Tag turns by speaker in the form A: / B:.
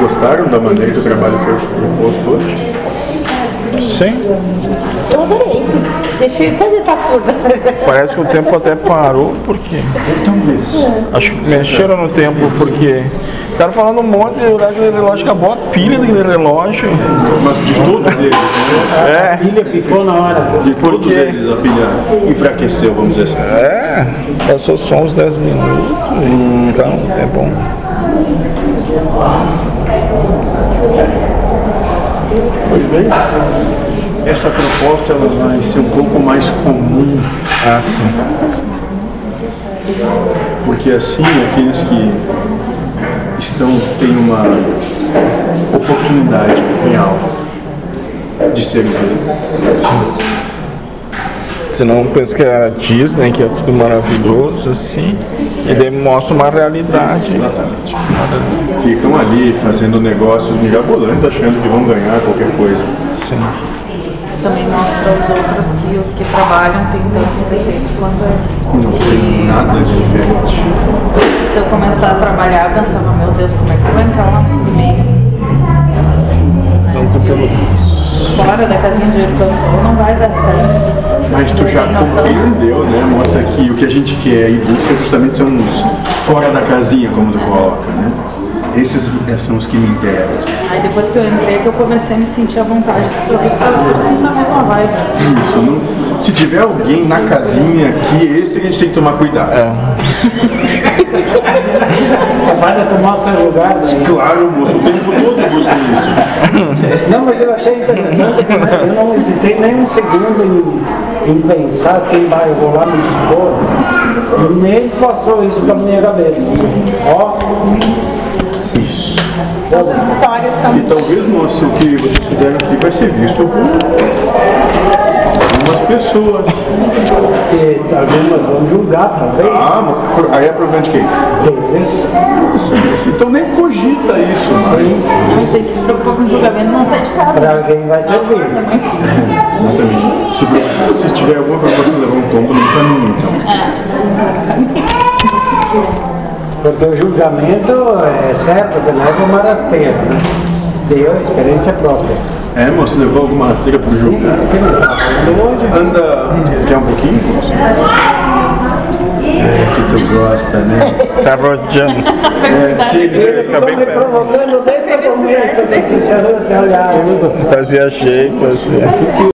A: gostaram da maneira que o trabalho foi proposto hoje?
B: Sim.
C: Eu adorei. Deixei até de estar surda.
B: Parece que o tempo até parou, porque
A: Talvez.
B: acho que mexeram no tempo, porque ficaram falando um monte de daquele relógio, acabou a pilha daquele relógio.
A: Mas de todos eles, né?
B: É,
D: Filha picou na hora.
A: De todos
B: quê?
A: eles, a pilha enfraqueceu, vamos dizer assim.
B: é. Passou só uns 10 minutos, então é bom.
A: Pois bem, essa proposta ela vai ser um pouco mais comum,
B: Ah, sim.
A: porque assim aqueles que estão têm uma oportunidade real de ser vivo.
B: Senão pensa que é a Disney, que é tudo maravilhoso, assim, e daí mostra uma realidade.
A: Exatamente. Ficam ali fazendo negócios mirabolantes, achando que vão ganhar qualquer coisa.
B: Sim.
E: Também mostra aos outros que os que trabalham têm tantos defeitos quanto eles.
A: Não tem nada de diferente.
E: Antes de eu começar a trabalhar, eu pensava, meu Deus, como é que eu vou entrar lá no meio?
B: Então, tu pelo-
E: Fora da casinha de jeito que eu sou, não vai dar certo.
A: Mas tu já
E: Sem noção.
A: compreendeu, né, moça, que o que a gente quer e busca justamente são os fora da casinha, como tu coloca, né? Esses eh, são os que me interessam.
E: Aí depois que eu entrei, que eu comecei a me sentir à vontade. porque Eu vi que tava todo mundo na mesma vibe.
A: Isso, não- se tiver alguém na casinha aqui, esse a gente tem que tomar cuidado.
D: Acabada de tomar o seu lugar. né?
A: Claro, moço, o tempo todo busca isso.
D: Não, mas eu achei interessante. porque Eu não hesitei nem um segundo em, em pensar assim, vai, eu vou lá me expor. Nem passou isso pela minha cabeça. Ó,
A: Isso.
C: Essas histórias são
A: E talvez, moço, o que vocês fizeram aqui vai ser visto por algumas pessoas.
D: que algumas vão julgar, talvez.
A: Ah, mas por- aí é problema de quem?
D: Deles.
A: Então nem cogita isso, mas.
E: Não sei se preocupou com o julgamento, não sai de casa.
D: Para alguém vai servir.
A: Exatamente. Se, pre- se tiver alguma preocupação, levar um tombo no caminho, então.
D: Porque o julgamento é certo, que não é como rasteira, né? Deu a experiência própria.
A: É, moço, levou alguma rasteira pro jogo.
D: Porque não estava longe.
A: Anda. Quer um pouquinho? moço? É, que tu gosta, né?
B: Tá rodeando.
A: É, chega.
D: Ele ficou me provocando desde o começo, desse jeito de olhar.
B: Fazia jeito, assim.